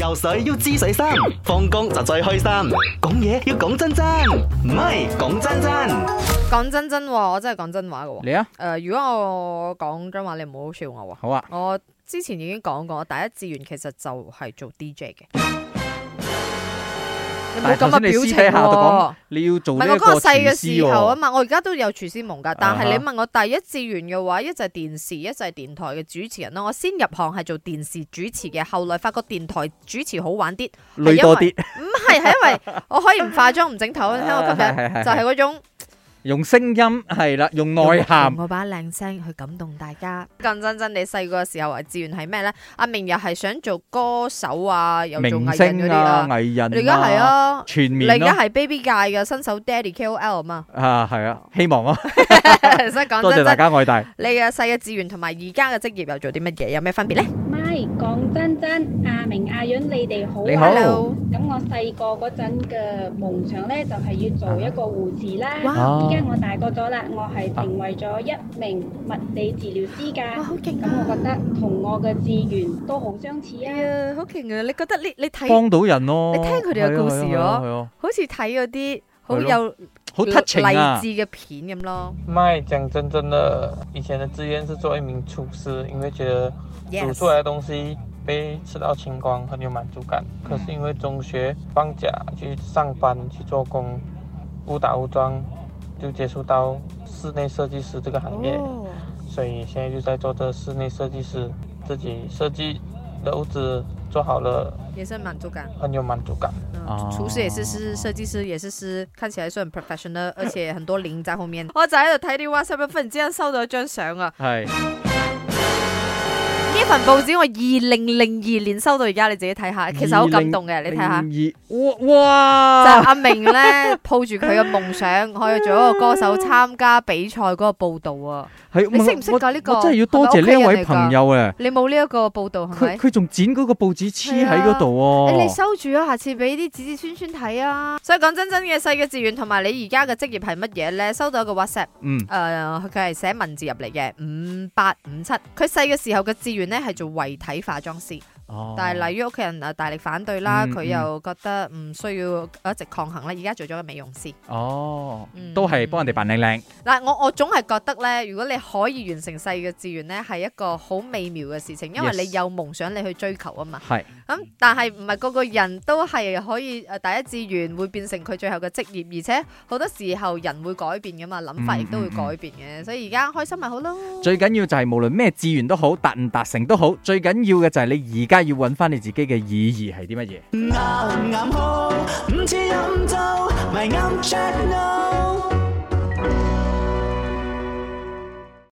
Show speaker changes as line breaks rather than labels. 游水要知水深，放工就最開心。講嘢要講真真，唔係講真真。
講真真喎，我真係講真話嘅喎。誒、呃
你啊，
如果我講真話，你唔好好笑我喎。
好啊，
我之前已經講過，我第一志願其實就係做 DJ 嘅。你冇咁
但係
嘅
頭先你
表
私
情
底下就
喎
講。你要做
唔
呢
係
一
我
個
嗰個細
廚
嘅
師
時候啊
喎，
嘛，我而家都有廚師夢㗎。但係你
啊
問我第一志願嘅話，一就係電視，一就係電台嘅主持人啦。我先入行係做電視主持嘅，後來發覺電台主持好玩啲，
累多啲，
唔係係因為我可以唔化妝唔整頭，你睇 我今日
係係係
就係嗰種。
用聲音係啦，用內涵
用。我把靚聲去感動大家。咁真真，你細個嘅時候啊，志願係咩咧？阿明又係想做歌手啊，又做
明
藝人嗰
星
啲
啊，
啊。
藝人，
你而家係，啊，
全
你
面
而
咯
家，係 Baby 界嘅新手 Daddy KOL 啊嘛。
啊係啊，希望啊，
所以講
多謝
真
大
真，
家愛戴。
你嘅細嘅志願同埋而家嘅職業又做啲乜嘢？有咩分別咧
咪講真真，阿明阿潤你哋好啊
你好
？Hello，
咁我細個嗰陣嘅夢想咧，就係、要做一個護士啦。
哇
啊
依家我大個咗啦，我係成為咗一名物理治療師
哇，
㗎。
好勁
咁
啊
我！覺得同我嘅志願都好相似
哎
啊。
呀，好勁啊！你覺得呢？你睇
幫到人咯，
你聽佢哋嘅故事
係
咯
啊，係啊係啊
好似睇嗰啲好
係咯
有
好 touching
勵
啊
志，嘅片咁咯。
麦讲真真的，以前的志愿是做一名厨师，因为觉得煮
Yes，
出来的东西被吃到清光很有满足感。可是因为中学放假去上班去做工，误打误撞就接触到室内设计师这个行业，
哦，
所以现在就在做这室内设计师，自己设计的屋子做好了，
也是滿足感。
很有满足感。
嗯
哦
厨师也是是，设计师也是是，看起来是很 professional，而且很多零在後面。我就喺度睇啲 WhatsApp，忽然之間收到一張相啊！
係
呢份報紙我二零零二年收到，而家你自己睇下，其實好感動嘅，你睇下。
下，
就
哇
係阿明咧，抱住佢嘅夢想，可以做一個歌手，參加比賽嗰個報導啊！
係
你識唔識㗎
我
呢個
我真係要多謝呢一位朋友啊！
你冇呢一個報導係
佢哦
咪？
佢仲剪嗰個報紙黐喺嗰度
誒你
喎，
收住啊，下次俾啲子子孫孫睇啊！所以講真真嘅細嘅志願同埋你而家嘅職業係乜嘢咧？收到一個 WhatsApp。
嗯，
誒，呃佢係寫文字入嚟嘅，五八五七。佢細嘅時候嘅志願呢係做遺體化妝師，
哦
但係由於屋企人誒呃大力反對啦，
嗯
佢、又覺得唔需要一直抗衡啦，而家做咗個美容師。
Ờ. 哦
嗯，
都係幫人哋扮靚靚，
嗱，我我總係覺得呢，如果你可以完成細嘅志願呢，係一個好美妙嘅事情，因為
Yes 嗯
你有夢想，你去追求啊嘛。
係
咁、但係唔係個個人都係可以誒第一志願會變成佢最後嘅職業，而且好多時候人會改變噶嘛，諗法亦都會
嗯嗯嗯
改變嘅，所以而家開心咪好咯。
最緊要就係無論咩志願都好，達唔達成都好，最緊要嘅就係你而家要揾翻你自己嘅意義係啲乜嘢。
啱啱好，唔似飲酒，咪啱 check no。